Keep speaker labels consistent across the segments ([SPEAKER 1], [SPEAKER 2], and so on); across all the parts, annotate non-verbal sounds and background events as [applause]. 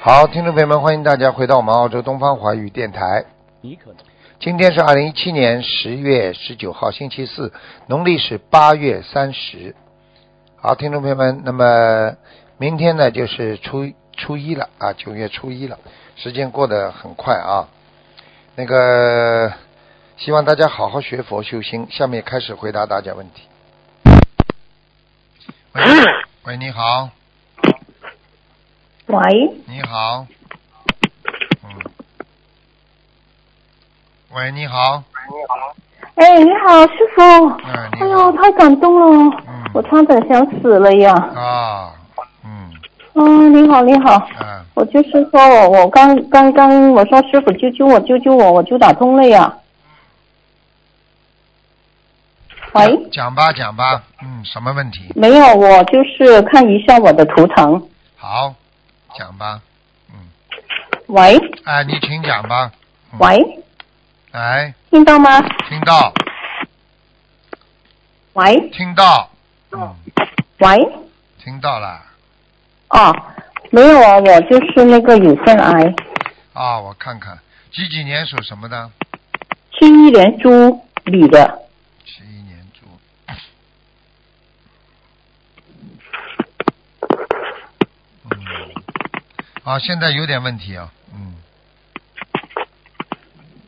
[SPEAKER 1] 好，听众朋友们，欢迎大家回到我们澳洲东方华语电台。
[SPEAKER 2] 你可能
[SPEAKER 1] 今天是二零一七年十月十九号，星期四，农历是八月三十。好，听众朋友们，那么明天呢就是初初一了啊，九月初一了，时间过得很快啊。那个，希望大家好好学佛修心。下面开始回答大家问题。喂，喂，你好，
[SPEAKER 3] 喂，
[SPEAKER 1] 你好，嗯，喂，你好，
[SPEAKER 3] 哎，你好，师傅。
[SPEAKER 1] 嗯，你好
[SPEAKER 3] 哎呦，，太感动了，
[SPEAKER 1] 嗯
[SPEAKER 3] 我差点想死了呀。
[SPEAKER 1] 啊，嗯，
[SPEAKER 3] 嗯，你好，你好。
[SPEAKER 1] 啊，
[SPEAKER 3] 我就是说我我刚刚刚我说师傅救救我救救我，我就打通了呀。喂，
[SPEAKER 1] 讲吧，讲吧，嗯，什么问题？
[SPEAKER 3] 没有，我就是看一下我的图腾。
[SPEAKER 1] 好，讲吧，嗯，
[SPEAKER 3] 喂
[SPEAKER 1] 哎，你请讲吧，嗯，
[SPEAKER 3] 喂，
[SPEAKER 1] 哎，
[SPEAKER 3] 听到吗？
[SPEAKER 1] 听到，
[SPEAKER 3] 喂
[SPEAKER 1] 听到，嗯，
[SPEAKER 3] 喂，
[SPEAKER 1] 听到了，
[SPEAKER 3] 哦，没有啊，我就是那个乳腺癌，
[SPEAKER 1] 啊，我看看，几几年属什么的？
[SPEAKER 3] 七一年猪女的。
[SPEAKER 1] 七一年猪。嗯，啊，现在有点问题啊，嗯。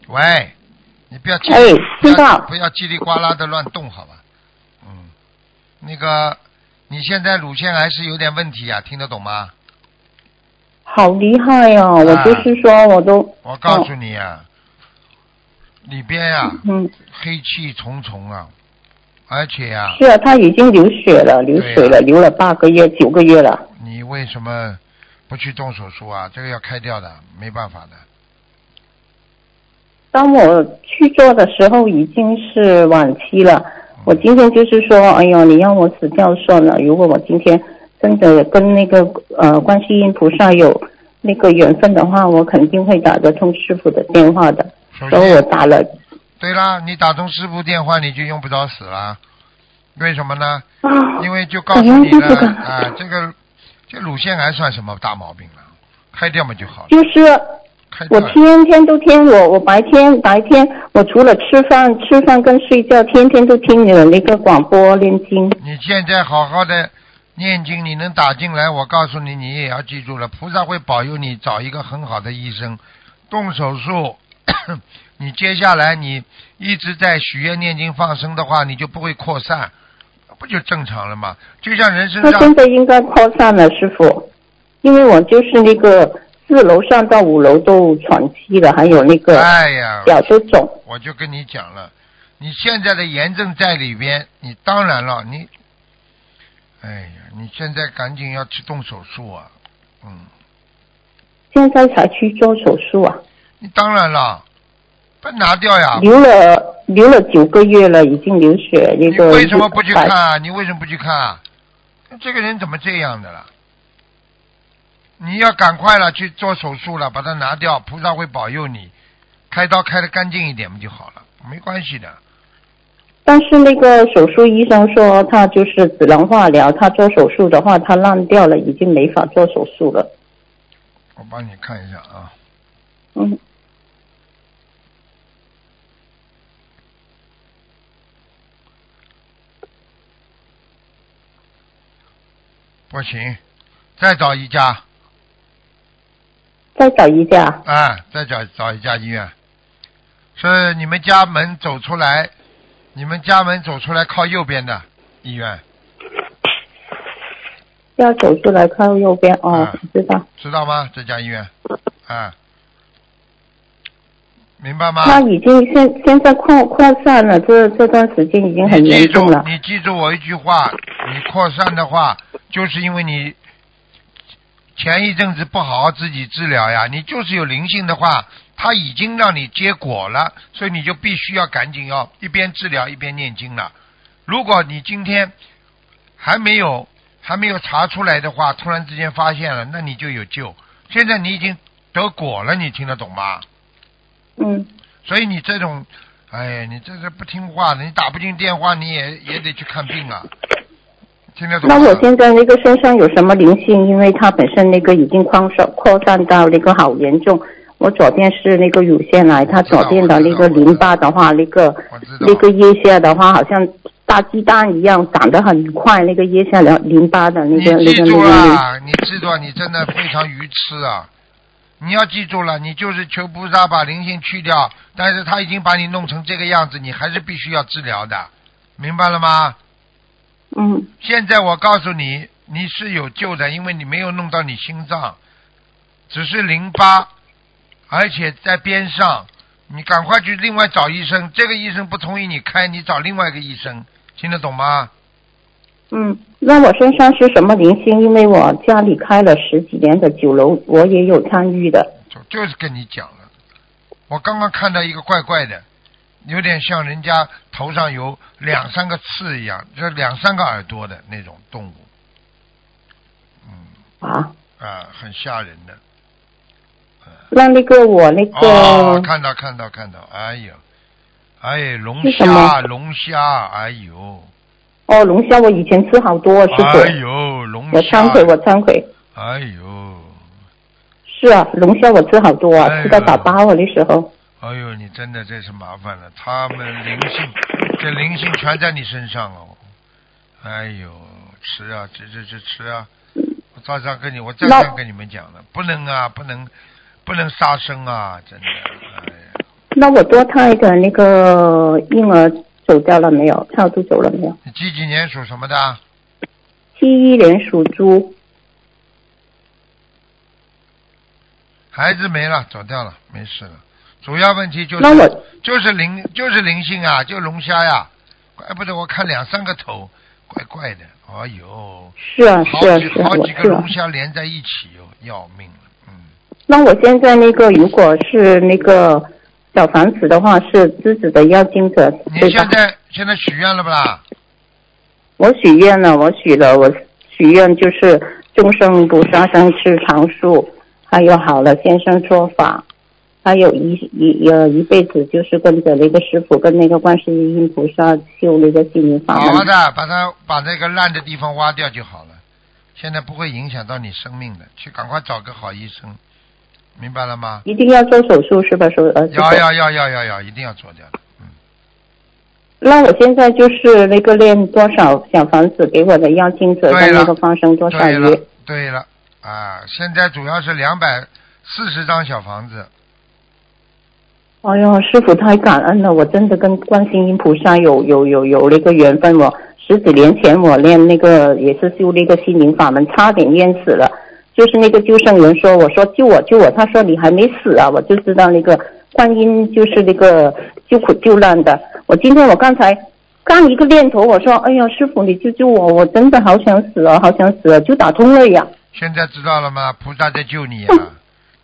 [SPEAKER 1] 喂，你不要叽
[SPEAKER 3] 哎
[SPEAKER 1] 不
[SPEAKER 3] 听
[SPEAKER 1] 要
[SPEAKER 3] 到
[SPEAKER 1] 不要叽里呱啦的乱动，好吧？嗯，那个，你现在乳腺癌是有点问题啊，听得懂吗？
[SPEAKER 3] 好厉害哦！
[SPEAKER 1] 啊
[SPEAKER 3] 我就是说，我都
[SPEAKER 1] 我告诉你啊，里边啊
[SPEAKER 3] 嗯，
[SPEAKER 1] 黑气重重啊，而且啊，
[SPEAKER 3] 是啊，他已经流血了，流血
[SPEAKER 1] 对
[SPEAKER 3] 了，流了八个月、九个月了。
[SPEAKER 1] 你为什么不去动手术啊？这个要开掉的，没办法的。
[SPEAKER 3] 当我去做的时候，已经是晚期了。
[SPEAKER 1] 嗯
[SPEAKER 3] 我今天就是说，哎呦，你让我死掉算了。如果我今天真的跟那个呃观世音菩萨有那个缘分的话，我肯定会打得通师傅的电话的。
[SPEAKER 1] 首
[SPEAKER 3] 所以我
[SPEAKER 1] 先，
[SPEAKER 3] 打了，
[SPEAKER 1] 对啦，你打通师傅电话你就用不着死啦。为什么呢？
[SPEAKER 3] 啊
[SPEAKER 1] 因为就告诉你
[SPEAKER 3] 哎呀
[SPEAKER 1] 了
[SPEAKER 3] 这个
[SPEAKER 1] 啊，这个这乳腺癌算什么大毛病了？开掉嘛就好了，
[SPEAKER 3] 就是
[SPEAKER 1] 开掉
[SPEAKER 3] 我
[SPEAKER 1] 了
[SPEAKER 3] 天天都听我，我白天白天我除了吃饭吃饭跟睡觉，天天都听你的那个广播念经。
[SPEAKER 1] 你现在好好的念经，你能打进来，我告诉你，你也要记住了，菩萨会保佑你找一个很好的医生。动手术， [coughs] 你接下来你一直在许愿、念经、放生的话，你就不会扩散，不就正常了吗？就像人身
[SPEAKER 3] 那
[SPEAKER 1] 上
[SPEAKER 3] 真的应该扩散了，师傅，因为我就是那个四楼上到五楼都喘气了，还有那个
[SPEAKER 1] 哎呀，
[SPEAKER 3] 脚都肿。
[SPEAKER 1] 我就跟你讲了，你现在的炎症在里边，你当然了，你，哎呀，你现在赶紧要去动手术啊，嗯。
[SPEAKER 3] 现在才去做手术啊，
[SPEAKER 1] 你当然了，不拿掉呀。
[SPEAKER 3] 流了流了九个月了，已经流血那
[SPEAKER 1] 你
[SPEAKER 3] 个。
[SPEAKER 1] 为什么不去看？啊？你为什么不去看啊？这个人怎么这样的啦？你要赶快了，去做手术了，把它拿掉，菩萨会保佑你。开刀开的干净一点不就好了？没关系的。
[SPEAKER 3] 但是那个手术医生说，他就是只能化疗，他做手术的话，他烂掉了，已经没法做手术了。
[SPEAKER 1] 我帮你看一下啊，
[SPEAKER 3] 嗯，
[SPEAKER 1] 不行，再找一家，
[SPEAKER 3] 再找一家。
[SPEAKER 1] 啊，再找找一家医院。是你们家门走出来，你们家门走出来靠右边的医院，
[SPEAKER 3] 要走出来靠右边哦
[SPEAKER 1] 嗯，
[SPEAKER 3] 知道。
[SPEAKER 1] 知道吗？这家医院，啊，明白吗？
[SPEAKER 3] 那已经现现在扩扩散了，这这段时间已经很
[SPEAKER 1] 你记
[SPEAKER 3] 严
[SPEAKER 1] 住
[SPEAKER 3] 重了，。
[SPEAKER 1] 你记住我一句话，你扩散的话，就是因为你前一阵子不好好自己治疗呀，你就是有灵性的话，它已经让你结果了，所以你就必须要赶紧要一边治疗一边念经了。如果你今天还没有还没有查出来的话，突然之间发现了，那你就有救。现在你已经得果了，你听得懂吗？
[SPEAKER 3] 嗯，
[SPEAKER 1] 所以你这种，哎呀，你这是不听话的，你打不进电话，你也也得去看病啊。听得懂吗？
[SPEAKER 3] 那我现在那个身上有什么灵性？因为它本身那个已经扩散扩散到那个好严重。我左边是那个乳腺癌，它左边的那个淋巴的话，那个
[SPEAKER 1] 我知道
[SPEAKER 3] 那个腋下的话，好像大鸡蛋一样长得很快，那个腋下的淋巴的那
[SPEAKER 1] 你
[SPEAKER 3] 个那
[SPEAKER 1] 记
[SPEAKER 3] 个那
[SPEAKER 1] 住
[SPEAKER 3] 个那
[SPEAKER 1] 啦，你记住，你真的非常愚痴啊！你要记住了，你就是求菩萨把灵性去掉，但是他已经把你弄成这个样子，你还是必须要治疗的，明白了吗？
[SPEAKER 3] 个嗯
[SPEAKER 1] 现在我告诉你，你是有救的，因为你没有弄到你心脏，只是淋巴，而且在边上。你赶快去另外找医生，这个医生不同意你开，你找另外一个医生，听得懂吗？
[SPEAKER 3] 嗯。那我身上是什么灵性？因为我家里开了十几年的酒楼，我也有参与的。
[SPEAKER 1] 就就是跟你讲了，我刚刚看到一个怪怪的，有点像人家头上有两三个刺一样，这两三个耳朵的那种动物，
[SPEAKER 3] 啊，
[SPEAKER 1] 啊、很吓人的。
[SPEAKER 3] 那那个我那个、
[SPEAKER 1] 哦，看到看到看到，哎呦，哎，龙
[SPEAKER 3] 是什
[SPEAKER 1] 虾
[SPEAKER 3] 么
[SPEAKER 1] 龙虾，哎呦，
[SPEAKER 3] 哦龙虾，我以前吃好多，师傅，
[SPEAKER 1] 哎呦，龙
[SPEAKER 3] 我
[SPEAKER 1] 虾
[SPEAKER 3] 忏，悔，我忏悔。
[SPEAKER 1] 哎呦，
[SPEAKER 3] 是啊，龙虾我吃好多啊，
[SPEAKER 1] 哎
[SPEAKER 3] 吃到
[SPEAKER 1] 呦
[SPEAKER 3] 打包啊那时候。
[SPEAKER 1] 哎呦，你真的真是麻烦了，他们灵
[SPEAKER 3] [laughs]
[SPEAKER 1] 性，这灵性全在你身上哦。哎呦，吃啊，吃吃吃吃啊！我照样跟你，我再
[SPEAKER 3] 那
[SPEAKER 1] 三跟你们讲了，不能啊，不能，不能杀生啊，真的。哎呀，
[SPEAKER 3] 那我多胎的那个婴儿走掉了没有？超度走了没有？
[SPEAKER 1] 你几几年属什么的？
[SPEAKER 3] 七一年属猪，
[SPEAKER 1] 孩子没了，走掉了，没事了。主要问题就是
[SPEAKER 3] 那我
[SPEAKER 1] 就是灵就是灵性啊，就龙虾呀、怪不得我看两三个头，怪怪的。哎呦，
[SPEAKER 3] 是啊
[SPEAKER 1] 好
[SPEAKER 3] 是啊
[SPEAKER 1] 几
[SPEAKER 3] 是啊
[SPEAKER 1] 好，
[SPEAKER 3] 我
[SPEAKER 1] 几个
[SPEAKER 3] 是啊
[SPEAKER 1] 龙。虾连在一起哟、要命了。嗯，
[SPEAKER 3] 那我现在那个如果是那个小房子的话，是自己的要经者
[SPEAKER 1] 你
[SPEAKER 3] 嗯对
[SPEAKER 1] 现
[SPEAKER 3] 吧？
[SPEAKER 1] 在现在许愿了不啦？
[SPEAKER 3] 我许愿了，我许了，我许愿就是众生不杀生吃长素，还有好了先生说法，还有一一呃一辈子就是跟着那个师傅跟那个观世音菩萨修那个心灵法
[SPEAKER 1] 好好
[SPEAKER 3] 门。
[SPEAKER 1] 的，把它把那个烂的地方挖掉就好了。现在不会影响到你生命的，去赶快找个好医生，明白了吗？
[SPEAKER 3] 一定要做手术是吧？手呃，师
[SPEAKER 1] 要
[SPEAKER 3] 傅
[SPEAKER 1] 要要要要要，一定要做掉的。
[SPEAKER 3] 那我现在就是那个练多少小房子给我的要经者
[SPEAKER 1] 对了
[SPEAKER 3] 跟那个放生多少
[SPEAKER 1] 对了
[SPEAKER 3] 鱼？
[SPEAKER 1] 对了啊，现在主要是两百四十张小房子，
[SPEAKER 3] 哎呦，师傅太感恩了，我真的跟观世音菩萨有有有有那个缘分哦。十几年前我练那个也是修那个心灵法门，差点淹死了。就是那个救生员说，我说救我救我，他说你还没死啊，我就知道那个观音就是那个救苦救难的。我今天我刚才刚一个念头，我说哎呀，师傅你救救我，我真的好想死啊，好想死啊，就打通了呀。
[SPEAKER 1] 现在知道了吗？菩萨在救你
[SPEAKER 3] 嗯
[SPEAKER 1] 啊！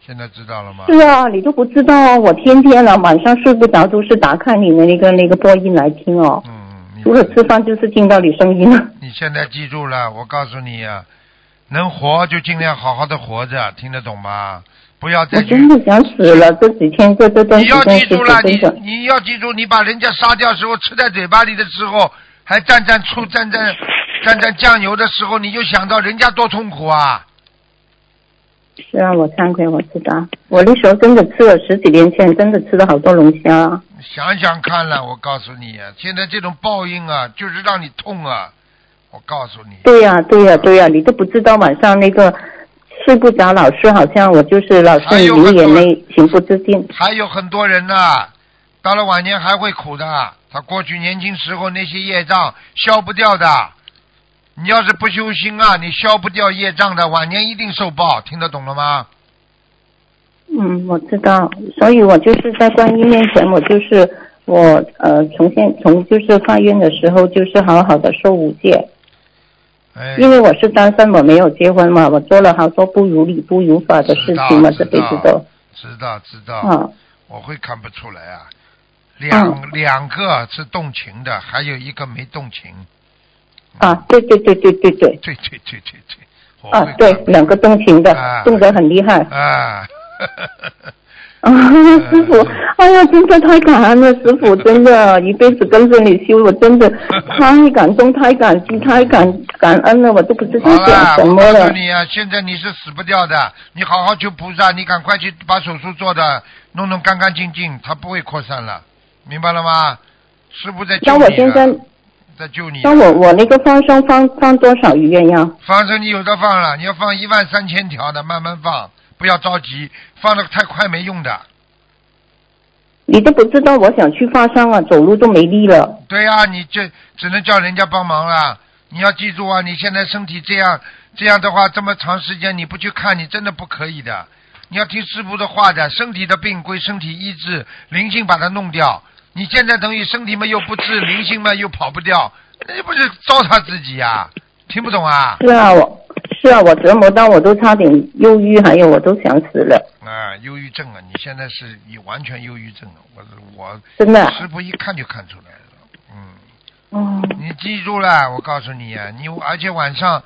[SPEAKER 1] 现在知道了吗？
[SPEAKER 3] 是啊，你都不知道啊！我天天啊，晚上睡不着都是打开你的那个那个播音来听哦。
[SPEAKER 1] 嗯，你
[SPEAKER 3] 除了吃饭就是听到你声
[SPEAKER 1] [laughs]
[SPEAKER 3] 音了。
[SPEAKER 1] 你现在记住了，我告诉你啊，能活就尽量好好的活着，听得懂吗？不要
[SPEAKER 3] 我
[SPEAKER 1] 再去
[SPEAKER 3] 真的想死了，这几天这这段
[SPEAKER 1] 你
[SPEAKER 3] 时
[SPEAKER 1] 要
[SPEAKER 3] 间
[SPEAKER 1] 记
[SPEAKER 3] 是
[SPEAKER 1] 住了，
[SPEAKER 3] 真
[SPEAKER 1] 你
[SPEAKER 3] 的。
[SPEAKER 1] 你要记住，你把人家杀掉时候吃在嘴巴里的时候，还蘸蘸醋、蘸蘸蘸蘸酱油的时候，你就想到人家多痛苦啊！
[SPEAKER 3] 是啊，我惭愧，我知道。我那时候真的吃了十几年前，真的吃了好多龙虾啊。
[SPEAKER 1] 想想看了，我告诉你啊，现在这种报应啊，就是让你痛啊！我告诉你，
[SPEAKER 3] 对呀、对呀、对呀、你都不知道晚上那个睡不着，老是好像我就是老
[SPEAKER 1] 还
[SPEAKER 3] 是
[SPEAKER 1] 有
[SPEAKER 3] 流
[SPEAKER 1] 很多
[SPEAKER 3] 眼泪，情不自禁。
[SPEAKER 1] 还有很多人呢、到了晚年还会苦的，他过去年轻时候那些业障消不掉的。你要是不修心啊，你消不掉业障的，晚年一定受报，听得懂了吗？
[SPEAKER 3] 嗯，我知道，所以我就是在观音面前，我就是我呃，从现从就是发愿的时候，就是好好的受五戒，
[SPEAKER 1] 哎，
[SPEAKER 3] 因为我是单身，我没有结婚嘛，我做了好多不如理、不如法的事情嘛，
[SPEAKER 1] 知
[SPEAKER 3] 这
[SPEAKER 1] 道
[SPEAKER 3] 辈子都
[SPEAKER 1] 知道知道。
[SPEAKER 3] 啊，
[SPEAKER 1] 我会看不出来啊。两、两个是动情的，还有一个没动情。
[SPEAKER 3] 啊，对对对对对对，
[SPEAKER 1] [laughs] 对对对对对，我
[SPEAKER 3] 啊
[SPEAKER 1] 会看
[SPEAKER 3] 对，两个动情的
[SPEAKER 1] 啊， [laughs]
[SPEAKER 3] 动得很厉害，
[SPEAKER 1] 啊，
[SPEAKER 3] 啊， [laughs] 师傅，
[SPEAKER 1] 嗯
[SPEAKER 3] 哎呀，真的太感恩了，师傅，
[SPEAKER 1] [laughs]
[SPEAKER 3] 真的，一辈子跟着你修，我真的太感动、太感激、太感感恩了，我都不知道
[SPEAKER 1] 好
[SPEAKER 3] 讲
[SPEAKER 1] 了，
[SPEAKER 3] 什
[SPEAKER 1] 我
[SPEAKER 3] 么
[SPEAKER 1] 告
[SPEAKER 3] 了
[SPEAKER 1] 诉。你啊，现在你是死不掉的，你好好求菩萨，你赶快去把手术做的弄弄干干净净，它不会扩散了，明白了吗？师傅在救
[SPEAKER 3] 那
[SPEAKER 1] 你
[SPEAKER 3] 我
[SPEAKER 1] 了，
[SPEAKER 3] 现在，
[SPEAKER 1] 在救你了
[SPEAKER 3] 那。我我那个放生放放多少鱼鸳鸯？
[SPEAKER 1] 放生你有的放了，你要放一万三千条的，慢慢放，不要着急，放的太快没用的。
[SPEAKER 3] 你都不知道，我想去放生啊，走路都没力了。
[SPEAKER 1] 对呀、你这只能叫人家帮忙了。你要记住啊，你现在身体这样这样的话，这么长时间你不去看，你真的不可以的。你要听师傅的话的，身体的病归身体医治，灵性把它弄掉。你现在等于身体嘛又不治，灵性嘛又跑不掉，那不是糟蹋自己呀、听不懂啊？
[SPEAKER 3] 是啊，我是啊，我折磨到我都差点忧郁，还有我都想死了，
[SPEAKER 1] 啊、忧郁症啊！你现在是有完全忧郁症了。啊我我
[SPEAKER 3] 真的。
[SPEAKER 1] 师傅一看就看出来了，嗯，
[SPEAKER 3] 哦，
[SPEAKER 1] 你记住了，我告诉你，啊你而且晚上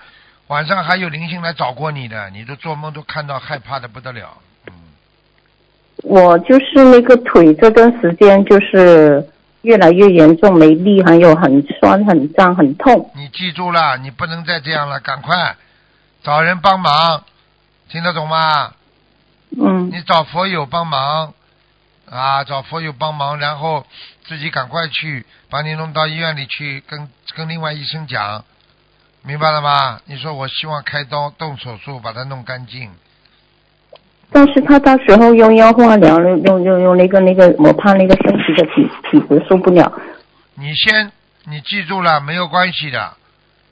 [SPEAKER 1] 晚上还有灵性来找过你的，你都做梦都看到害怕的不得了，嗯，
[SPEAKER 3] 我就是那个腿这段时间就是越来越严重，没力，还有很酸、很胀、很痛。
[SPEAKER 1] 你记住了，你不能再这样了，赶快找人帮忙，听得懂吗？
[SPEAKER 3] 嗯
[SPEAKER 1] 你找佛友帮忙啊，找佛友帮忙，然后自己赶快去把你弄到医院里去，跟跟另外医生讲，明白了吗？你说我希望开刀动手术把它弄干净。
[SPEAKER 3] 但是他到时候用药化疗，用用用用那个那个，我怕那个身体的体体质受不了。
[SPEAKER 1] 你先，你记住了，没有关系的，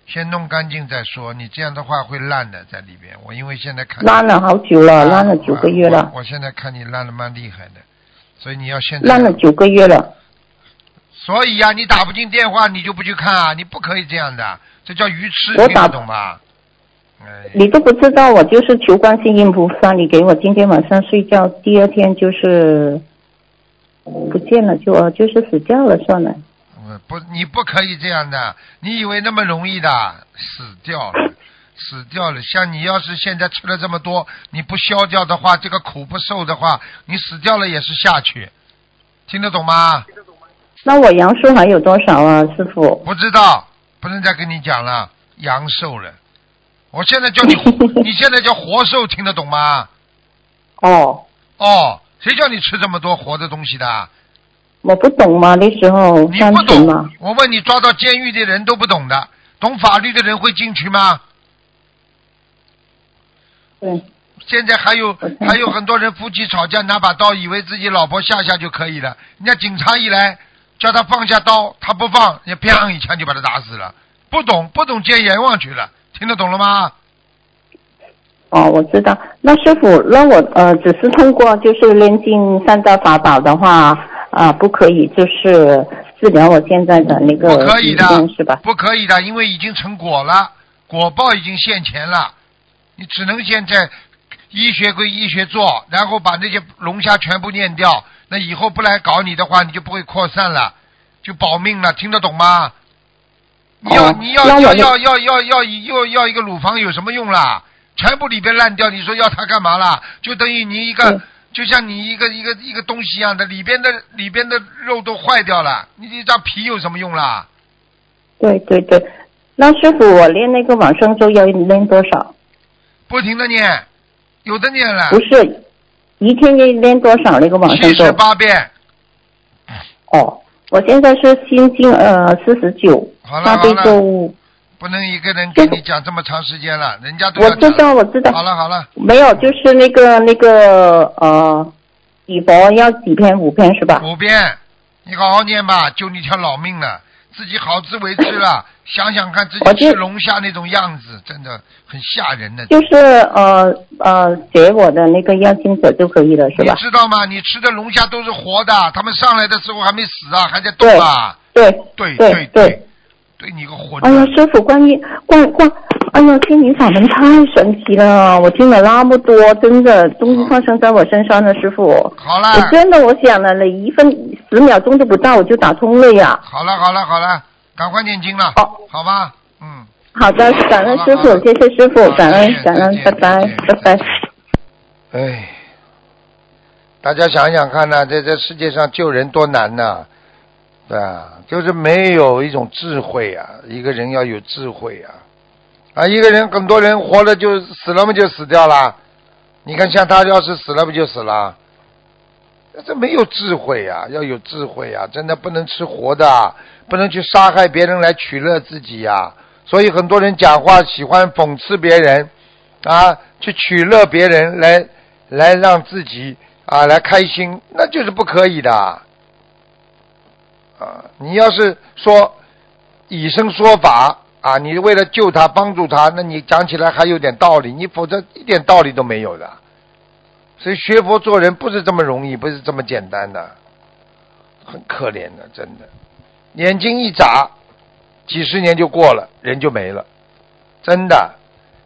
[SPEAKER 1] 先弄干净再说。你这样的话会烂的，在里边。我因为现在看啊
[SPEAKER 3] 烂了好久了，烂了九个月了
[SPEAKER 1] 我，我现在看你烂的蛮厉害的，所以你要现在
[SPEAKER 3] 烂了九个月了。
[SPEAKER 1] 所以呀、你打不进电话，你就不去看啊，你不可以这样的，这叫愚痴，
[SPEAKER 3] 我
[SPEAKER 1] 听
[SPEAKER 3] 打
[SPEAKER 1] 得懂吧？哎，
[SPEAKER 3] 你都不知道，我就是求观世音菩萨，你给我今天晚上睡觉，第二天就是不见了，就呃就是死掉了算了。
[SPEAKER 1] 我呃不，你不可以这样的。你以为那么容易的死掉了，死掉了。像你要是现在吃了这么多，你不消掉的话，这个苦不受的话，你死掉了也是下去。听得懂吗？
[SPEAKER 3] 那我阳寿还有多少啊，师傅？
[SPEAKER 1] 不知道，不能再跟你讲了，阳寿了。我现在叫你，你现在叫活寿，听得懂吗？
[SPEAKER 3] 哦，
[SPEAKER 1] 哦，谁叫你吃这么多活的东西的？
[SPEAKER 3] 我不懂嘛，那时候
[SPEAKER 1] 你
[SPEAKER 3] 单
[SPEAKER 1] 不
[SPEAKER 3] 纯嘛
[SPEAKER 1] 懂，。我问你，抓到监狱的人都不懂的，懂法律的人会进去吗？
[SPEAKER 3] 对，
[SPEAKER 1] 现在还有
[SPEAKER 3] 我看
[SPEAKER 1] 还有很多人夫妻吵架拿把刀，以为自己老婆吓吓就可以了。人家警察一来，叫他放下刀，他不放，人家砰一枪就把他打死了。不懂不懂接阎王去了，听得懂了吗？
[SPEAKER 3] 哦，我知道。那师傅，那我呃，只是通过就是练进三大法宝的话啊、不可以就是治疗我现在的那个
[SPEAKER 1] 不可以的
[SPEAKER 3] 疾病是吧？，
[SPEAKER 1] 不可以的，因为已经成果了，果报已经现前了，你只能现在医学归医学做，然后把那些龙虾全部念掉。那以后不来搞你的话，你就不会扩散了，就保命了，听得懂吗？你要
[SPEAKER 3] 哦
[SPEAKER 1] 你要
[SPEAKER 3] 那我
[SPEAKER 1] 要
[SPEAKER 3] 就
[SPEAKER 1] 要要要要要要一个乳房有什么用啦？全部里边烂掉，你说要它干嘛啦？就等于你一个
[SPEAKER 3] 嗯，
[SPEAKER 1] 就像你一个一个一个东西一样的，里边的里边的肉都坏掉了，你这张皮有什么用啦？
[SPEAKER 3] 对对对。那师傅，我练那个往生咒要练多少？
[SPEAKER 1] 不停的念，有的念了
[SPEAKER 3] 不，是，一天练练多少那个往上
[SPEAKER 1] 七
[SPEAKER 3] 咒
[SPEAKER 1] 十？八遍，
[SPEAKER 3] 哦，我现在是心经呃四十九，
[SPEAKER 1] 好了
[SPEAKER 3] 大悲
[SPEAKER 1] 好了
[SPEAKER 3] 咒。
[SPEAKER 1] 不能一个人跟你讲这么长时间了，人家都
[SPEAKER 3] 我
[SPEAKER 1] 要
[SPEAKER 3] 知
[SPEAKER 1] 讲。
[SPEAKER 3] 道，我知
[SPEAKER 1] 好
[SPEAKER 3] 道，
[SPEAKER 1] 了好了，
[SPEAKER 3] 没有，就是那个那个呃，礼佛要几篇？五篇是吧？
[SPEAKER 1] 五遍，你好好念吧，救你条老命了，自己好自为之了。想想看自己
[SPEAKER 3] 哎我
[SPEAKER 1] 吃
[SPEAKER 3] 就
[SPEAKER 1] 龙虾那种样子，真的很吓人的。
[SPEAKER 3] 就是呃呃，写我的那个要经者就可以了，是
[SPEAKER 1] 你
[SPEAKER 3] 吧？
[SPEAKER 1] 知道吗？你吃的龙虾都是活的，他们上来的时候还没死啊，还在动啊。
[SPEAKER 3] 对
[SPEAKER 1] 对
[SPEAKER 3] 对
[SPEAKER 1] 对，对你个混
[SPEAKER 3] 哎呀，
[SPEAKER 1] 蛋！
[SPEAKER 3] 师傅，关于关关，哎呀，心灵法门太神奇了！我听了那么多，真的，终
[SPEAKER 1] 哦
[SPEAKER 3] 于发生在我身上了，师傅。
[SPEAKER 1] 好了，
[SPEAKER 3] 我真的，我想了，了一分十秒钟都不到，我就打通了呀。
[SPEAKER 1] 好了好了好了，赶快念经了，
[SPEAKER 3] 哦
[SPEAKER 1] 好吧？嗯。
[SPEAKER 3] 好的，感恩师
[SPEAKER 1] 好
[SPEAKER 3] 傅
[SPEAKER 1] 了，
[SPEAKER 3] 谢谢师傅
[SPEAKER 1] 好，
[SPEAKER 3] 感
[SPEAKER 1] 再
[SPEAKER 3] 恩
[SPEAKER 1] 见
[SPEAKER 3] 感恩，
[SPEAKER 1] 再见
[SPEAKER 3] 拜
[SPEAKER 1] 再
[SPEAKER 3] 拜
[SPEAKER 1] 见
[SPEAKER 3] 拜拜。
[SPEAKER 1] 哎，大家想想看呐、在这世界上救人多难呐、对啊，就是没有一种智慧啊，一个人要有智慧啊，啊，一个人很多人活了就死了嘛，就死掉了。你看像他要是死了不就死了？这没有智慧呀、要有智慧呀、真的不能吃活的啊，不能去杀害别人来取乐自己呀、所以很多人讲话喜欢讽刺别人，啊，去取乐别人来来让自己啊来开心，那就是不可以的。啊，你要是说以身说法啊，你为了救他帮助他，那你讲起来还有点道理，你否则一点道理都没有的。所以学佛做人不是这么容易，不是这么简单的，很可怜的，真的。眼睛一眨，几十年就过了，人就没了，真的，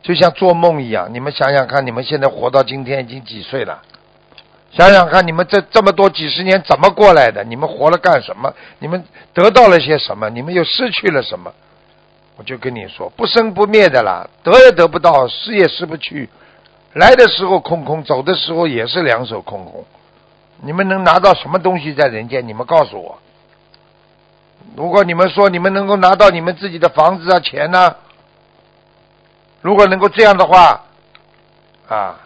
[SPEAKER 1] 就像做梦一样。你们想想看，你们现在活到今天已经几岁了？想想看，你们这这么多几十年怎么过来的？你们活了干什么？你们得到了些什么？你们又失去了什么？我就跟你说，不生不灭的啦，得也得不到，失也失不去。来的时候空空，走的时候也是两手空空。你们能拿到什么东西在人间？你们告诉我。如果你们说你们能够拿到你们自己的房子啊、钱呐、如果能够这样的话，啊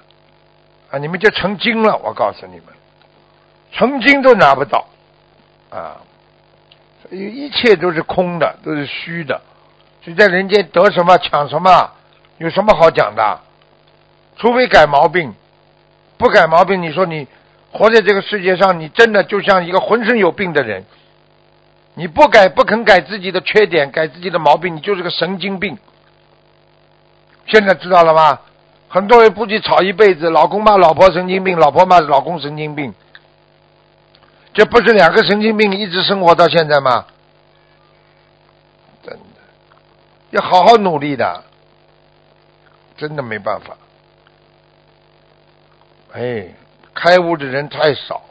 [SPEAKER 1] 啊，你们就成精了。我告诉你们，成精都拿不到啊，所以一切都是空的，都是虚的。就在人间得什么抢什么，有什么好讲的？除非改毛病，不改毛病，你说你活在这个世界上，你真的就像一个浑身有病的人。你不改不肯改自己的缺点，改自己的毛病，你就是个神经病。现在知道了吗？很多人夫妻吵一辈子，老公骂老婆神经病，老婆骂老公神经病，这不是两个神经病一直生活到现在吗？真的，要好好努力的，真的没办法。哎，开悟的人太少，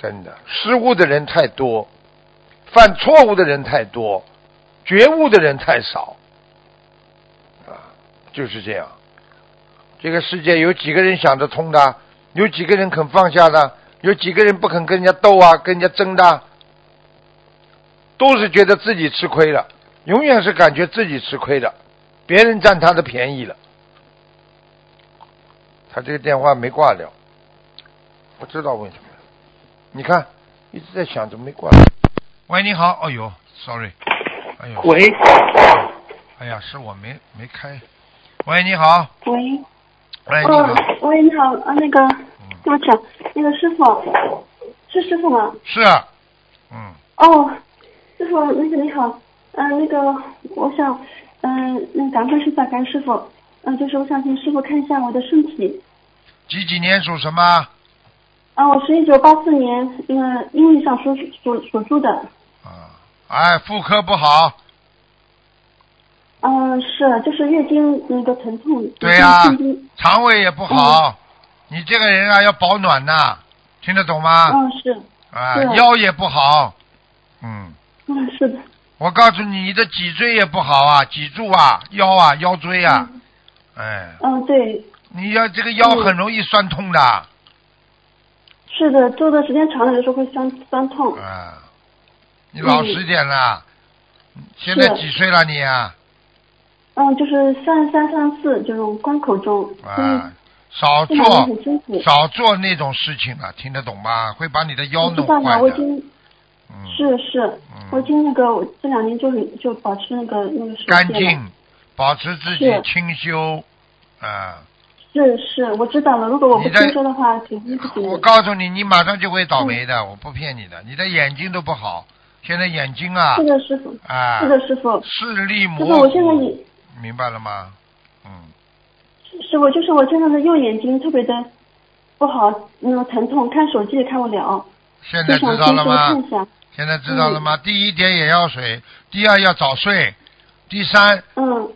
[SPEAKER 1] 真的失误的人太多，犯错误的人太多，觉悟的人太少，啊，就是这样。这个世界有几个人想得通的？有几个人肯放下的？有几个人不肯跟人家斗啊，跟人家争的？都是觉得自己吃亏了，永远是感觉自己吃亏的，别人占他的便宜了。他这个电话没挂掉，不知道为什么。你看，一直在想着没挂掉。喂，你好，哦呦，sorry，哎呦，
[SPEAKER 2] 喂
[SPEAKER 1] 哎呀，是我没没开。喂，你好，
[SPEAKER 2] 喂，
[SPEAKER 1] 喂，哎你好嗯
[SPEAKER 2] 哦，，喂，你好，啊，那个，对不起，啊，那个师傅，是师傅吗？
[SPEAKER 1] 是啊，嗯，
[SPEAKER 2] 哦，师傅，那个你好，嗯、那个，我想，嗯、那咱们是在干师傅，嗯、就是我想请师傅看一下我的身体，
[SPEAKER 1] 几几年属什么？
[SPEAKER 2] 啊，我是一九八四年，嗯、英语上属属属猪的，
[SPEAKER 1] 啊，哎，妇科不好，
[SPEAKER 2] 嗯、是，就是月经那个疼痛，
[SPEAKER 1] 对呀、
[SPEAKER 2] 痛经
[SPEAKER 1] 肠胃也不
[SPEAKER 2] 嗯
[SPEAKER 1] 好，你这个人啊要保暖呐、听得懂吗？
[SPEAKER 2] 嗯、是，
[SPEAKER 1] 啊，
[SPEAKER 2] 对
[SPEAKER 1] 腰也不好，嗯，
[SPEAKER 2] 嗯，是的，
[SPEAKER 1] 我告诉你，你的脊椎也不好啊，脊柱啊，腰啊，腰椎啊，哎，
[SPEAKER 2] 嗯、对，
[SPEAKER 1] 你要这个腰很容易酸痛的，
[SPEAKER 2] 是的，坐的时间长了有时候会酸酸痛，
[SPEAKER 1] 啊，你老实点啦。现在几岁了你啊？
[SPEAKER 2] 嗯，就是三三三四这种关口中，
[SPEAKER 1] 啊，少
[SPEAKER 2] 嗯，这两
[SPEAKER 1] 做
[SPEAKER 2] 年很辛苦。
[SPEAKER 1] 少做那种事情了，听得懂吗？会把你的腰
[SPEAKER 2] 我知
[SPEAKER 1] 弄
[SPEAKER 2] 道
[SPEAKER 1] 坏
[SPEAKER 2] 呀，我已
[SPEAKER 1] 的。
[SPEAKER 2] 经
[SPEAKER 1] 嗯，
[SPEAKER 2] 是是，我已经那个我这两年就是就保持那个那个手
[SPEAKER 1] 干
[SPEAKER 2] 戒了。
[SPEAKER 1] 净，保持自己
[SPEAKER 2] 是
[SPEAKER 1] 清修。啊，
[SPEAKER 2] 是是，我知道了。如果我不
[SPEAKER 1] 你在
[SPEAKER 2] 听说的话，肯定不行
[SPEAKER 1] 我。告诉你，你马上就会倒霉
[SPEAKER 2] 嗯
[SPEAKER 1] 的，我不骗你的。你的眼睛都不好，现在眼睛啊
[SPEAKER 2] 是的，师傅，
[SPEAKER 1] 啊
[SPEAKER 2] 是，的，师傅。
[SPEAKER 1] 视力
[SPEAKER 2] 师
[SPEAKER 1] 模
[SPEAKER 2] 傅，我现在
[SPEAKER 1] 糊，
[SPEAKER 2] 也
[SPEAKER 1] 明白了吗？嗯，
[SPEAKER 2] 师傅，就是我现在的右眼睛特别的不好，那个疼痛，看手机也看不了，
[SPEAKER 1] 现
[SPEAKER 2] 就
[SPEAKER 1] 在
[SPEAKER 2] 想
[SPEAKER 1] 知道
[SPEAKER 2] 请师
[SPEAKER 1] 了
[SPEAKER 2] 傅
[SPEAKER 1] 吗？
[SPEAKER 2] 看一下。
[SPEAKER 1] 现在知道了吗？第一点眼药水，第二要早睡，第三
[SPEAKER 2] 嗯，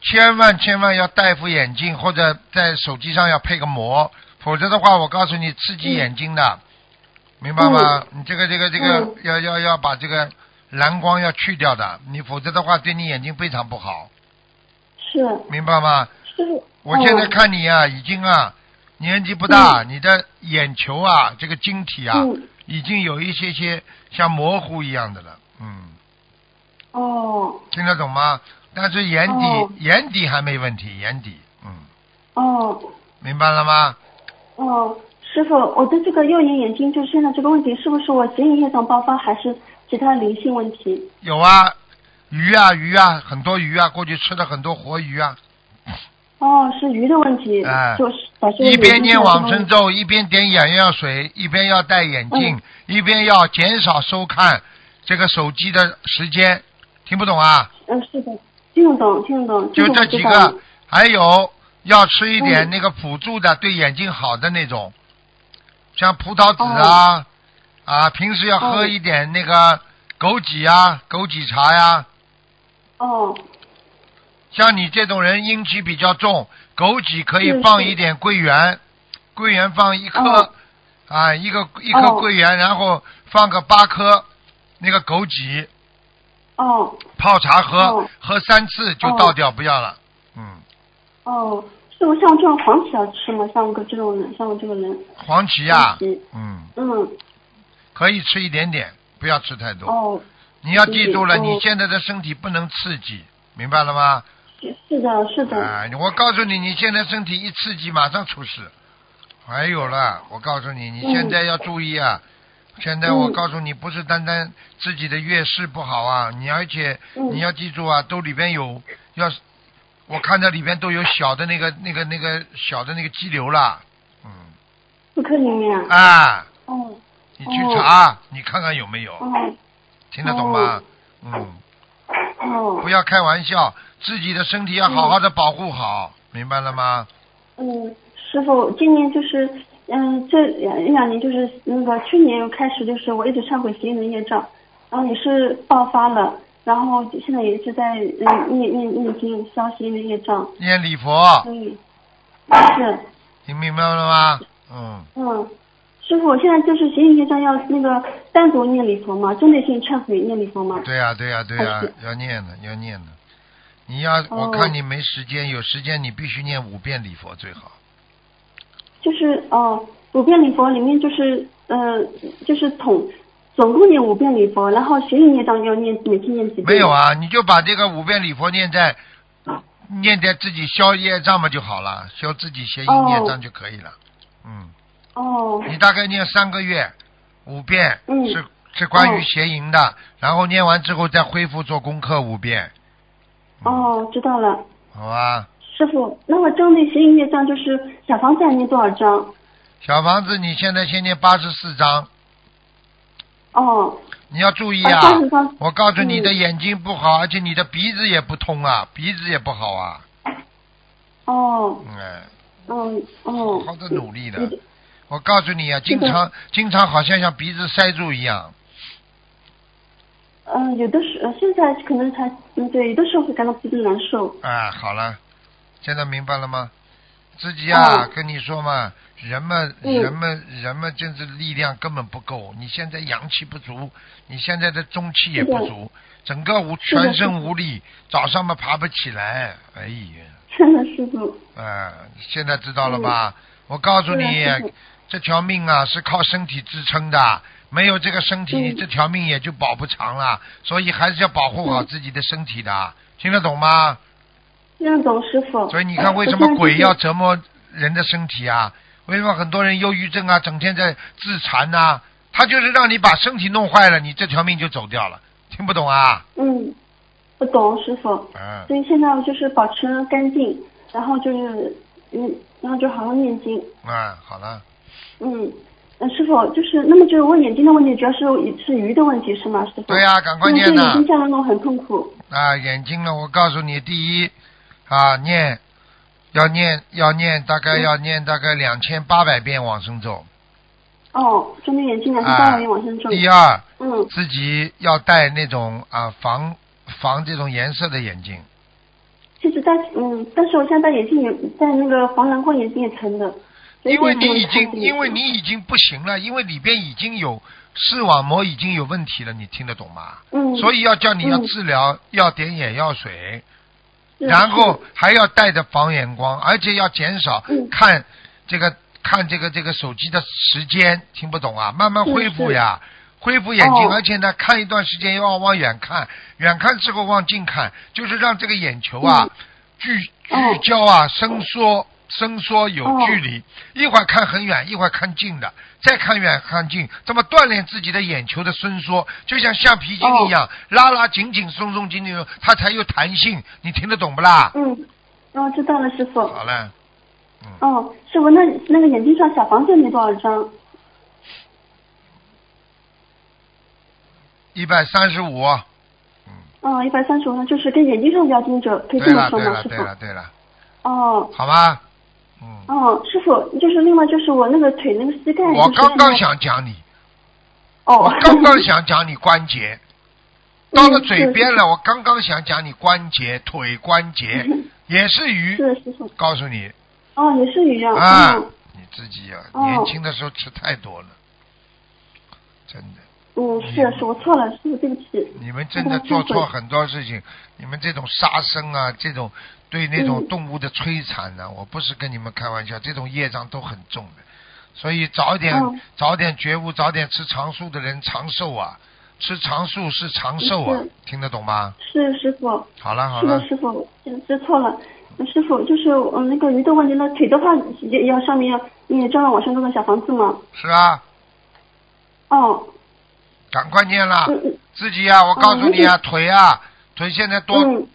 [SPEAKER 1] 千万千万要戴副眼镜或者在手机上要配个膜，否则的话，我告诉你刺激眼睛的，明白吗？你这个这个这个、
[SPEAKER 2] 嗯
[SPEAKER 1] 要要要把这个蓝光要去掉的，你否则的话对你眼睛非常不好，
[SPEAKER 2] 是
[SPEAKER 1] 明白吗？
[SPEAKER 2] 师傅。
[SPEAKER 1] 我现在
[SPEAKER 2] 嗯
[SPEAKER 1] 看你啊，已经啊，年纪不大，你的眼球啊，这个晶体啊，
[SPEAKER 2] 嗯，
[SPEAKER 1] 已经有一些些像模糊一样的了，嗯，
[SPEAKER 2] 哦
[SPEAKER 1] 听得懂吗？但是眼底、
[SPEAKER 2] 哦
[SPEAKER 1] 眼底还没问题，眼底，嗯，
[SPEAKER 2] 哦
[SPEAKER 1] 明白了吗？
[SPEAKER 2] 哦，师傅，我的这个右眼眼睛就现在这个问题，是不是我前眼夜长爆发，还是其他灵性问题？
[SPEAKER 1] 有啊，鱼啊鱼啊，很多鱼啊，过去吃了很多活鱼啊，
[SPEAKER 2] 哦，是鱼的问题，
[SPEAKER 1] 哎
[SPEAKER 2] 就是导致我
[SPEAKER 1] 一边
[SPEAKER 2] 眼睛
[SPEAKER 1] 念
[SPEAKER 2] 有
[SPEAKER 1] 往
[SPEAKER 2] 这个
[SPEAKER 1] 生咒，一边点眼药水，一边要戴眼
[SPEAKER 2] 嗯
[SPEAKER 1] 镜，一边要减少收看这个手机的时间，听不懂啊？
[SPEAKER 2] 嗯，是的，听得懂，听得懂，
[SPEAKER 1] 就这
[SPEAKER 2] 这
[SPEAKER 1] 几个，还有要吃一点
[SPEAKER 2] 嗯
[SPEAKER 1] 那个辅助的，对眼睛好的那种，像葡萄籽啊，啊，平时要喝
[SPEAKER 2] 哦
[SPEAKER 1] 一点那个枸杞啊、枸杞茶呀、
[SPEAKER 2] 哦
[SPEAKER 1] 像你这种人阴气比较重，枸杞可以
[SPEAKER 2] 是
[SPEAKER 1] 放
[SPEAKER 2] 嗯是
[SPEAKER 1] 一点桂圆，桂圆放一颗，
[SPEAKER 2] 哦
[SPEAKER 1] 啊，一个一颗
[SPEAKER 2] 哦
[SPEAKER 1] 桂圆，然后放个八颗那个枸杞
[SPEAKER 2] 哦
[SPEAKER 1] 泡茶喝，
[SPEAKER 2] 哦
[SPEAKER 1] 喝三次就倒掉，不要了。嗯，
[SPEAKER 2] 哦，是我像这种黄芪要吃吗？像我这种人，像我这个人，
[SPEAKER 1] 黄芪呀、
[SPEAKER 2] 黄芪
[SPEAKER 1] 嗯，
[SPEAKER 2] 嗯，
[SPEAKER 1] 可以吃一点点，不要吃太多。
[SPEAKER 2] 哦，
[SPEAKER 1] 你要记住了，
[SPEAKER 2] 嗯
[SPEAKER 1] 你
[SPEAKER 2] 哦
[SPEAKER 1] 现在的身体不能刺激，明白了吗？
[SPEAKER 2] 是是的，是的，
[SPEAKER 1] 哎，我告诉你，你现在身体一刺激，马上出事。还有了，我告诉你，你
[SPEAKER 2] 嗯
[SPEAKER 1] 现在要注意啊！现在我
[SPEAKER 2] 嗯
[SPEAKER 1] 告诉你，不是单单自己的月事不好啊，你而且
[SPEAKER 2] 嗯
[SPEAKER 1] 你要记住啊，都里边有要，是我看到里边都有小的那个那个那个小的那个肌瘤了，嗯，
[SPEAKER 2] 妇科里面，
[SPEAKER 1] 啊，
[SPEAKER 2] 哦
[SPEAKER 1] 你去查，你看看有没有，
[SPEAKER 2] 哦
[SPEAKER 1] 听得懂吗？嗯，不
[SPEAKER 2] 哦，
[SPEAKER 1] 要开玩笑，自己的身体要好好的保护好，明白了吗？
[SPEAKER 2] 嗯，师傅，今年就是。嗯，这两一两年就是那个去年开始，就是我一直忏悔行人业障，然后也是爆发了，然后现在也是在嗯念念念经消行人业障，
[SPEAKER 1] 念礼佛，
[SPEAKER 2] 所以是
[SPEAKER 1] 你明白了吗？嗯，
[SPEAKER 2] 嗯，师傅，我现在就是行李业障要那个单独念礼佛吗？针对性忏悔念礼佛吗？
[SPEAKER 1] 对呀、对呀、对呀、
[SPEAKER 2] 还是
[SPEAKER 1] 要念的，要念的。你要，
[SPEAKER 2] 哦
[SPEAKER 1] 我看你没时间，有时间你必须念五遍礼佛最好。
[SPEAKER 2] 就是哦，五遍礼佛里面就是呃，就是统总共念五遍礼佛，然后行李业障要念每天念几遍？
[SPEAKER 1] 没有。啊，你就把这个五遍礼佛念在，念在自己消业障嘛就好了，消自己邪
[SPEAKER 2] 哦
[SPEAKER 1] 淫业障就可以了。嗯，
[SPEAKER 2] 哦
[SPEAKER 1] 你大概念三个月，五遍
[SPEAKER 2] 嗯
[SPEAKER 1] 是、是关于
[SPEAKER 2] 哦
[SPEAKER 1] 邪淫的，然后念完之后再恢复做功课五遍。嗯，
[SPEAKER 2] 哦，知道了，
[SPEAKER 1] 好吧。
[SPEAKER 2] 师傅，那我针对行李业障就是小房子要念多少张？
[SPEAKER 1] 小房子，你现在先念八十四章，
[SPEAKER 2] 哦，
[SPEAKER 1] 你要注意
[SPEAKER 2] 啊
[SPEAKER 1] 啊！
[SPEAKER 2] 八十章
[SPEAKER 1] 我告诉你
[SPEAKER 2] 嗯
[SPEAKER 1] 的眼睛不好，而且你的鼻子也不通啊，鼻子也不好啊。
[SPEAKER 2] 哦，
[SPEAKER 1] 嗯，哎
[SPEAKER 2] 嗯，
[SPEAKER 1] 好
[SPEAKER 2] 哦，
[SPEAKER 1] 好的努力的
[SPEAKER 2] 你。
[SPEAKER 1] 我告诉你啊，经常经常好像像鼻子塞住一样。
[SPEAKER 2] 嗯、有的时候现在可能才嗯，对，有的时候会感到鼻子难受。 [laughs]
[SPEAKER 1] 哎，好了，现在明白了吗？自己啊，
[SPEAKER 2] 嗯
[SPEAKER 1] 跟你说嘛，人们、
[SPEAKER 2] 嗯
[SPEAKER 1] 人们人们真是力量根本不够。你现在阳气不足，你现在的中气也不足，整个无
[SPEAKER 2] 是的
[SPEAKER 1] 全
[SPEAKER 2] 是
[SPEAKER 1] 身
[SPEAKER 2] 的
[SPEAKER 1] 无力，早上嘛爬不起来。哎呀，
[SPEAKER 2] 真的，师傅。
[SPEAKER 1] 啊、现在知道了吧？我告诉你
[SPEAKER 2] 嗯是的是啊的，
[SPEAKER 1] 这条命啊是靠身体支撑的，没有这个身体，
[SPEAKER 2] 嗯
[SPEAKER 1] 你这条命也就保不长了。所以还是要保护好
[SPEAKER 2] 嗯
[SPEAKER 1] 自己的身体的，听得懂吗？
[SPEAKER 2] 任总师傅。呃
[SPEAKER 1] 所以你看，为什么鬼要折磨人的身体啊？为什么很多人忧郁症啊，整天在自残呐、他就是让你把身体弄坏了，你这条命就走掉了。听不懂啊？
[SPEAKER 2] 嗯，不懂师傅，
[SPEAKER 1] 嗯，
[SPEAKER 2] 所以现在我就是保持干净，然后就是嗯，然后就好好念经，
[SPEAKER 1] 啊，好了，
[SPEAKER 2] 嗯。嗯，师傅，就是那么就是我眼睛的问题，主要是是鱼的问题是吗，师傅？
[SPEAKER 1] 对呀赶快念
[SPEAKER 2] 嗯，
[SPEAKER 1] 呐
[SPEAKER 2] 对眼睛这样弄很痛苦。
[SPEAKER 1] 啊，眼睛呢？我告诉你，第一啊，念要念要念，大概
[SPEAKER 2] 嗯
[SPEAKER 1] 要念大概两千八百遍往生咒。
[SPEAKER 2] 哦，针对眼睛两千八
[SPEAKER 1] 啊
[SPEAKER 2] 百元往生咒。，
[SPEAKER 1] 第二，
[SPEAKER 2] 嗯，
[SPEAKER 1] 自己要戴那种啊防防这种颜色的眼镜。
[SPEAKER 2] 其实戴嗯，但是我现在戴眼镜也戴那个黄蓝光眼镜也疼的。所以
[SPEAKER 1] 因为你
[SPEAKER 2] 现在
[SPEAKER 1] 已
[SPEAKER 2] 我看
[SPEAKER 1] 经，
[SPEAKER 2] 这个
[SPEAKER 1] 因为你已经不行了，因为里边已经有视网膜已经有问题了，你听得懂吗？
[SPEAKER 2] 嗯，
[SPEAKER 1] 所以要叫你要
[SPEAKER 2] 嗯
[SPEAKER 1] 治疗，要点眼药水，
[SPEAKER 2] 是嗯
[SPEAKER 1] 然后还要带着防眼光，而且要减少
[SPEAKER 2] 嗯
[SPEAKER 1] 看这个看这个这个手机的时间，听不懂啊，慢慢恢复呀，恢复眼睛，
[SPEAKER 2] 嗯哦
[SPEAKER 1] 而且呢，看一段时间又要往远看，远看之后往近看，就是让这个眼球啊、
[SPEAKER 2] 嗯
[SPEAKER 1] 聚
[SPEAKER 2] 哦
[SPEAKER 1] 聚焦啊，伸缩伸缩有
[SPEAKER 2] 哦
[SPEAKER 1] 距离，一会儿看很远，一会儿看近的，再看远看近，这么锻炼自己的眼球的伸缩，就像橡皮筋
[SPEAKER 2] 哦
[SPEAKER 1] 一样，啊拉拉紧紧松松紧紧，它才有弹性，你听得懂不啦？
[SPEAKER 2] 嗯，哦，知道了，师傅。
[SPEAKER 1] 好了，
[SPEAKER 2] 哦，师傅，那那个眼睛上小房子没多少张？
[SPEAKER 1] 一百三十五。
[SPEAKER 2] 哦，一百三十五张，就是跟眼睛上比较盯着，可以
[SPEAKER 1] 对
[SPEAKER 2] 这么
[SPEAKER 1] 了
[SPEAKER 2] 说
[SPEAKER 1] 对
[SPEAKER 2] 吗，
[SPEAKER 1] 了
[SPEAKER 2] 师
[SPEAKER 1] 对了
[SPEAKER 2] 傅？
[SPEAKER 1] 对了，
[SPEAKER 2] 哦
[SPEAKER 1] 好吧，嗯，
[SPEAKER 2] 哦，师傅，就是另外就是我那个腿那个膝盖，
[SPEAKER 1] 我
[SPEAKER 2] 就是
[SPEAKER 1] 刚刚
[SPEAKER 2] 现在
[SPEAKER 1] 想讲你，
[SPEAKER 2] 哦，
[SPEAKER 1] 我刚刚想讲你关节，
[SPEAKER 2] 嗯
[SPEAKER 1] 到了嘴边
[SPEAKER 2] 了。
[SPEAKER 1] 了，哎我刚刚想讲你关节，腿关节
[SPEAKER 2] 嗯
[SPEAKER 1] 也是鱼，
[SPEAKER 2] 是的师傅，
[SPEAKER 1] 告诉你
[SPEAKER 2] 哦，也是一样。
[SPEAKER 1] 啊
[SPEAKER 2] 嗯，
[SPEAKER 1] 你自己呀，
[SPEAKER 2] 哦
[SPEAKER 1] 年轻的时候吃太多了，真的，
[SPEAKER 2] 嗯，是是，我错了，师傅，对不起。
[SPEAKER 1] 你们真的做错很多事情，你们这种杀生啊，这种对那种
[SPEAKER 2] 嗯
[SPEAKER 1] 动物的摧残呢、我不是跟你们开玩笑，这种业障都很重的。所以早点、
[SPEAKER 2] 嗯
[SPEAKER 1] 早点觉悟，早点吃长素的人长寿啊，吃长素是长寿啊
[SPEAKER 2] 是，
[SPEAKER 1] 听得懂吗？
[SPEAKER 2] 是师傅，
[SPEAKER 1] 好了好
[SPEAKER 2] 是的
[SPEAKER 1] 了，，
[SPEAKER 2] 师傅，我知错了。师傅，就是我那个鱼的问题，那腿的话也也要上面要，你也照样往上弄个小房子吗？
[SPEAKER 1] 是啊，
[SPEAKER 2] 哦，
[SPEAKER 1] 赶快念啦，
[SPEAKER 2] 嗯嗯
[SPEAKER 1] 自己呀、我告诉你啊，腿啊，腿现在多、
[SPEAKER 2] 嗯，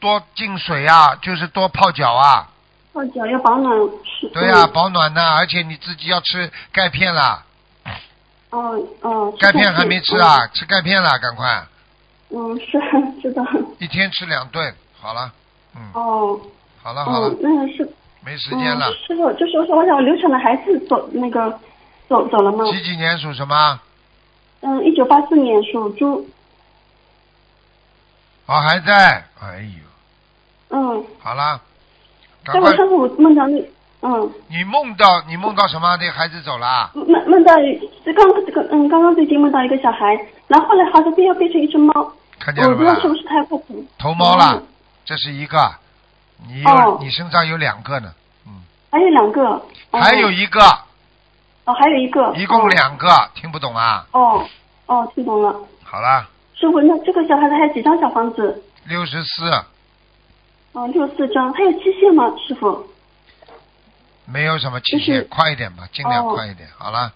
[SPEAKER 1] 多进水啊，就是多泡脚啊，
[SPEAKER 2] 泡脚嗯要保暖是。
[SPEAKER 1] 对呀、
[SPEAKER 2] 嗯
[SPEAKER 1] 保暖呐、而且你自己要吃钙片啦。
[SPEAKER 2] 哦哦。
[SPEAKER 1] 钙片还没吃啊，吃钙片了，赶快，
[SPEAKER 2] 嗯？嗯，是 [laughs] 知道。
[SPEAKER 1] 一天吃两顿，好了，嗯，
[SPEAKER 2] 哦
[SPEAKER 1] 好了好了
[SPEAKER 2] 哦，，那个是。
[SPEAKER 1] 没时间了
[SPEAKER 2] 嗯。。师傅，就是我想，我想流产的孩子走那个走走了吗？
[SPEAKER 1] 几几年属什么？
[SPEAKER 2] 嗯，一九八四年属猪。
[SPEAKER 1] 哦，还在，哎呦，
[SPEAKER 2] 嗯，
[SPEAKER 1] 好了，赶
[SPEAKER 2] 但我
[SPEAKER 1] 快，
[SPEAKER 2] 上次我梦到那，嗯，
[SPEAKER 1] 你梦到你梦到什么？这孩子走了，啊
[SPEAKER 2] 梦梦到这刚这个嗯，刚刚最近梦到一个小孩，然后后来好像变要变成一只猫，
[SPEAKER 1] 看见
[SPEAKER 2] 我
[SPEAKER 1] 了
[SPEAKER 2] 不
[SPEAKER 1] 不
[SPEAKER 2] 知道是不
[SPEAKER 1] 啦？
[SPEAKER 2] 是太过分。
[SPEAKER 1] 头猫了
[SPEAKER 2] 嗯，
[SPEAKER 1] 这是一个，你有
[SPEAKER 2] 哦
[SPEAKER 1] 你身上有两个呢，嗯，
[SPEAKER 2] 还有两个。哦
[SPEAKER 1] 还有一个，
[SPEAKER 2] 哦，还有一个。
[SPEAKER 1] 一共两个，听不懂啊？
[SPEAKER 2] 哦哦，听懂了，
[SPEAKER 1] 好了，
[SPEAKER 2] 师傅，那这个小孩子还有几张小房子？
[SPEAKER 1] 六十四
[SPEAKER 2] 哦，六四张，还有期限吗，师傅？
[SPEAKER 1] 没有什么期
[SPEAKER 2] 就
[SPEAKER 1] 限
[SPEAKER 2] 是，
[SPEAKER 1] 快一点吧，尽量
[SPEAKER 2] 哦
[SPEAKER 1] 快一点，好了，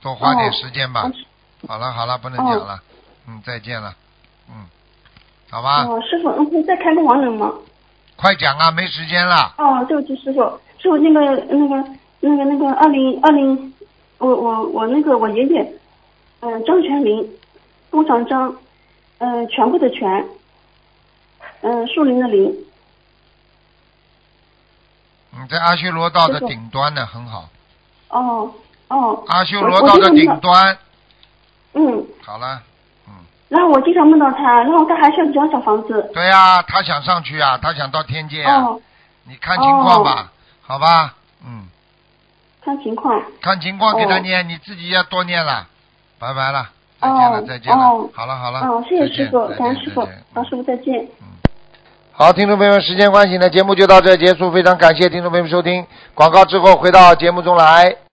[SPEAKER 1] 多花点
[SPEAKER 2] 哦
[SPEAKER 1] 时间吧
[SPEAKER 2] 哦。
[SPEAKER 1] 好了好了，不能
[SPEAKER 2] 哦
[SPEAKER 1] 讲了，嗯，再见了，嗯，好吧，
[SPEAKER 2] 哦，师傅，嗯，可以再开个网冷吗？
[SPEAKER 1] 快讲啊，没时间了。
[SPEAKER 2] 哦，对不起，师傅，师傅那个那个那个那个二零二零，我我我那个我爷爷，嗯、张全林，工长张，嗯、全部的全，嗯、树林的林，
[SPEAKER 1] 你在嗯阿修罗道的
[SPEAKER 2] 师傅
[SPEAKER 1] 顶端呢，很好。
[SPEAKER 2] 哦哦，
[SPEAKER 1] 阿修
[SPEAKER 2] 我
[SPEAKER 1] 罗
[SPEAKER 2] 我
[SPEAKER 1] 道
[SPEAKER 2] 经
[SPEAKER 1] 的
[SPEAKER 2] 常
[SPEAKER 1] 顶
[SPEAKER 2] 梦到
[SPEAKER 1] 端，
[SPEAKER 2] 嗯，
[SPEAKER 1] 好了，嗯，
[SPEAKER 2] 然后我经常梦到他，然后他还需要几张小房子，
[SPEAKER 1] 对呀、他想上去啊，他想到天界啊，
[SPEAKER 2] 哦，
[SPEAKER 1] 你看情况吧，好吧，嗯，
[SPEAKER 2] 看情况，
[SPEAKER 1] 看情况给他
[SPEAKER 2] 哦
[SPEAKER 1] 念，你自己要多念了，拜拜了，再见了，
[SPEAKER 2] 哦
[SPEAKER 1] 再见了，
[SPEAKER 2] 哦
[SPEAKER 1] 好了好了，
[SPEAKER 2] 哦，谢谢
[SPEAKER 1] 再
[SPEAKER 2] 师
[SPEAKER 1] 见
[SPEAKER 2] 傅，
[SPEAKER 1] 再
[SPEAKER 2] 感恩
[SPEAKER 1] 见
[SPEAKER 2] 师
[SPEAKER 1] 再
[SPEAKER 2] 傅
[SPEAKER 1] 见，
[SPEAKER 2] 老师傅再见。
[SPEAKER 1] 好，听众朋友们，时间关系呢，节目就到这儿结束，非常感谢听众朋友们收听。广告之后回到节目中来。